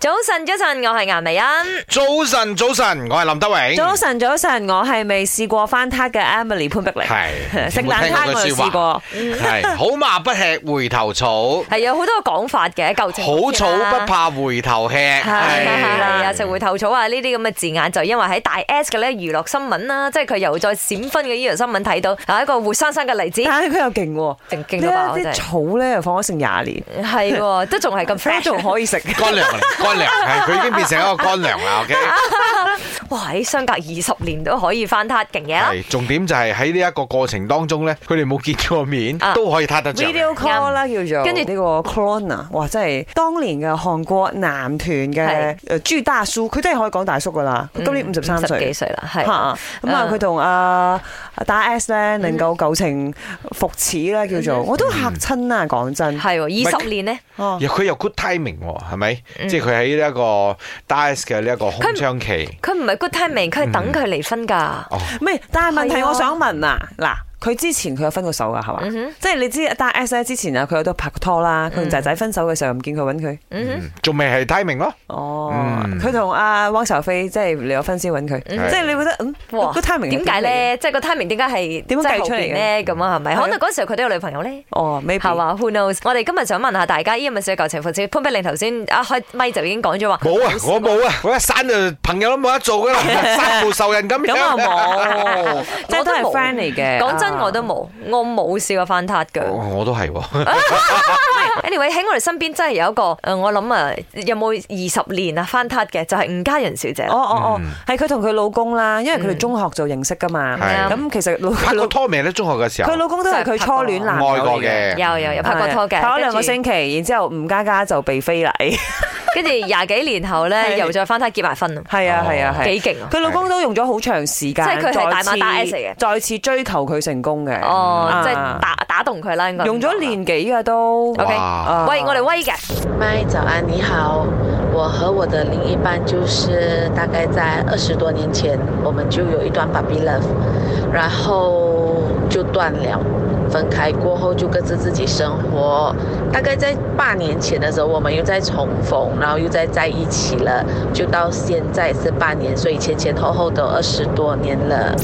早晨，早晨，我係顏美欣。早晨，早晨，我係林德榮。早晨，早晨，我係未試過翻撻嘅 Emily 潘碧玲。 係食蛋撻我就試過， 係好馬不吃回頭草，係有好多個講法嘅，舊情好草不。怕回頭吃。係啊係係啊，食回頭草啊！呢啲咁嘅字眼就因為喺大 S 嘅咧娛樂新聞啦，即係佢又再閃婚嘅呢樣新聞睇到，啊係一個活生生嘅例子，但係佢又勁喎，勁勁到爆呢真係，啲草咧又放咗成廿年，係喎，都仲係咁 fresh，都仲可 以食。乾糧嚟，乾糧係佢已經變成一個乾糧啦。OK，啊哇！喺相隔二十年都可以翻撻，勁嘢啦！係重點就係喺呢一個過程當中咧，佢哋冇見過面啊都可以撻得着。 video call 啦，叫做跟住呢個 corona，哇！真係當年嘅韓國男團嘅係誒朱大叔，佢真係可以講大叔噶啦。佢今年五嗯十三十幾歲，歲啦，嚇咁係。啊！佢同阿打 S 咧能夠舊情復熾啦，叫做我都嚇親啊！講真，係喎，二十年呢，哦又佢又 good timing 喎，係咪？即係佢喺呢一個 Dice 嘅呢一個空窗期。嗯佢唔係 good timing，佢係等佢離婚㗎。哦，唔係，但係問題係啊嗯我想問啊，嗱。佢之前佢有分過手噶，係嘛？即係你知，但 S 咧之前啊，佢有都拍過拖啦。佢同仔仔分手嘅時候，唔見佢揾佢。嗯仲未係 timing 咯。哦嗯，佢同阿汪愁菲即係離咗婚先揾佢，即嗯係你覺得嗯哇個 timing 係點解嚟嘅？咧？即係個 timing 點解係點樣計出嚟嘅咧？咁啊，係咪？係啊可能嗰時候佢都有女朋友咧。哦係，maybe 嘛？Who knows？我哋今日想問下大家，呢個咪算係舊情復熾？潘碧玲頭先一開咪就已經講咗話，冇啊，我冇啊，我一散就朋友都冇得做噶啦， 三無仇人咁樣。咁啊 冇， 即係都係我都冇 friend 嚟嘅。講真啊哦我都冇，我冇試過翻撻嘅。哦我我都係啊喎， anyway 喺我哋身邊真係有一個誒，呃我諗啊，有冇二十年啊翻撻嘅？就係吳嘉仁小姐哦。哦哦，嗯係佢同佢老公啦，因為佢哋中學就認識噶嘛。啊係咁其實老嗯拍過佢老拖未咧？中學嘅時候佢，老公都係佢初戀男友愛過嚟嘅。嘅，有有有拍過拖嘅，拍咗兩個跟住星期，然之後吳家家就被非禮，跟住廿幾年後咧，係又再翻撻結埋婚啊，係啊係啊係。幾勁啊！佢老公都用咗好長時間，即係佢係大馬打 S 嚟再次嘅再次追求佢成功嘅。哦，即係啊打打啊動佢啦，應該用咗年幾嘅都。 OK，哇喂，我哋威嘅，麦早安，你好。我和我的另一半就是大概在二十多年前，我们就有一段 puppy love，然后就断了。分开过后就各自自己生活，大概在八年前的时候，我们又再重逢，然后又再在一起了，就到现在是八年，所以前前后后都二十多年了。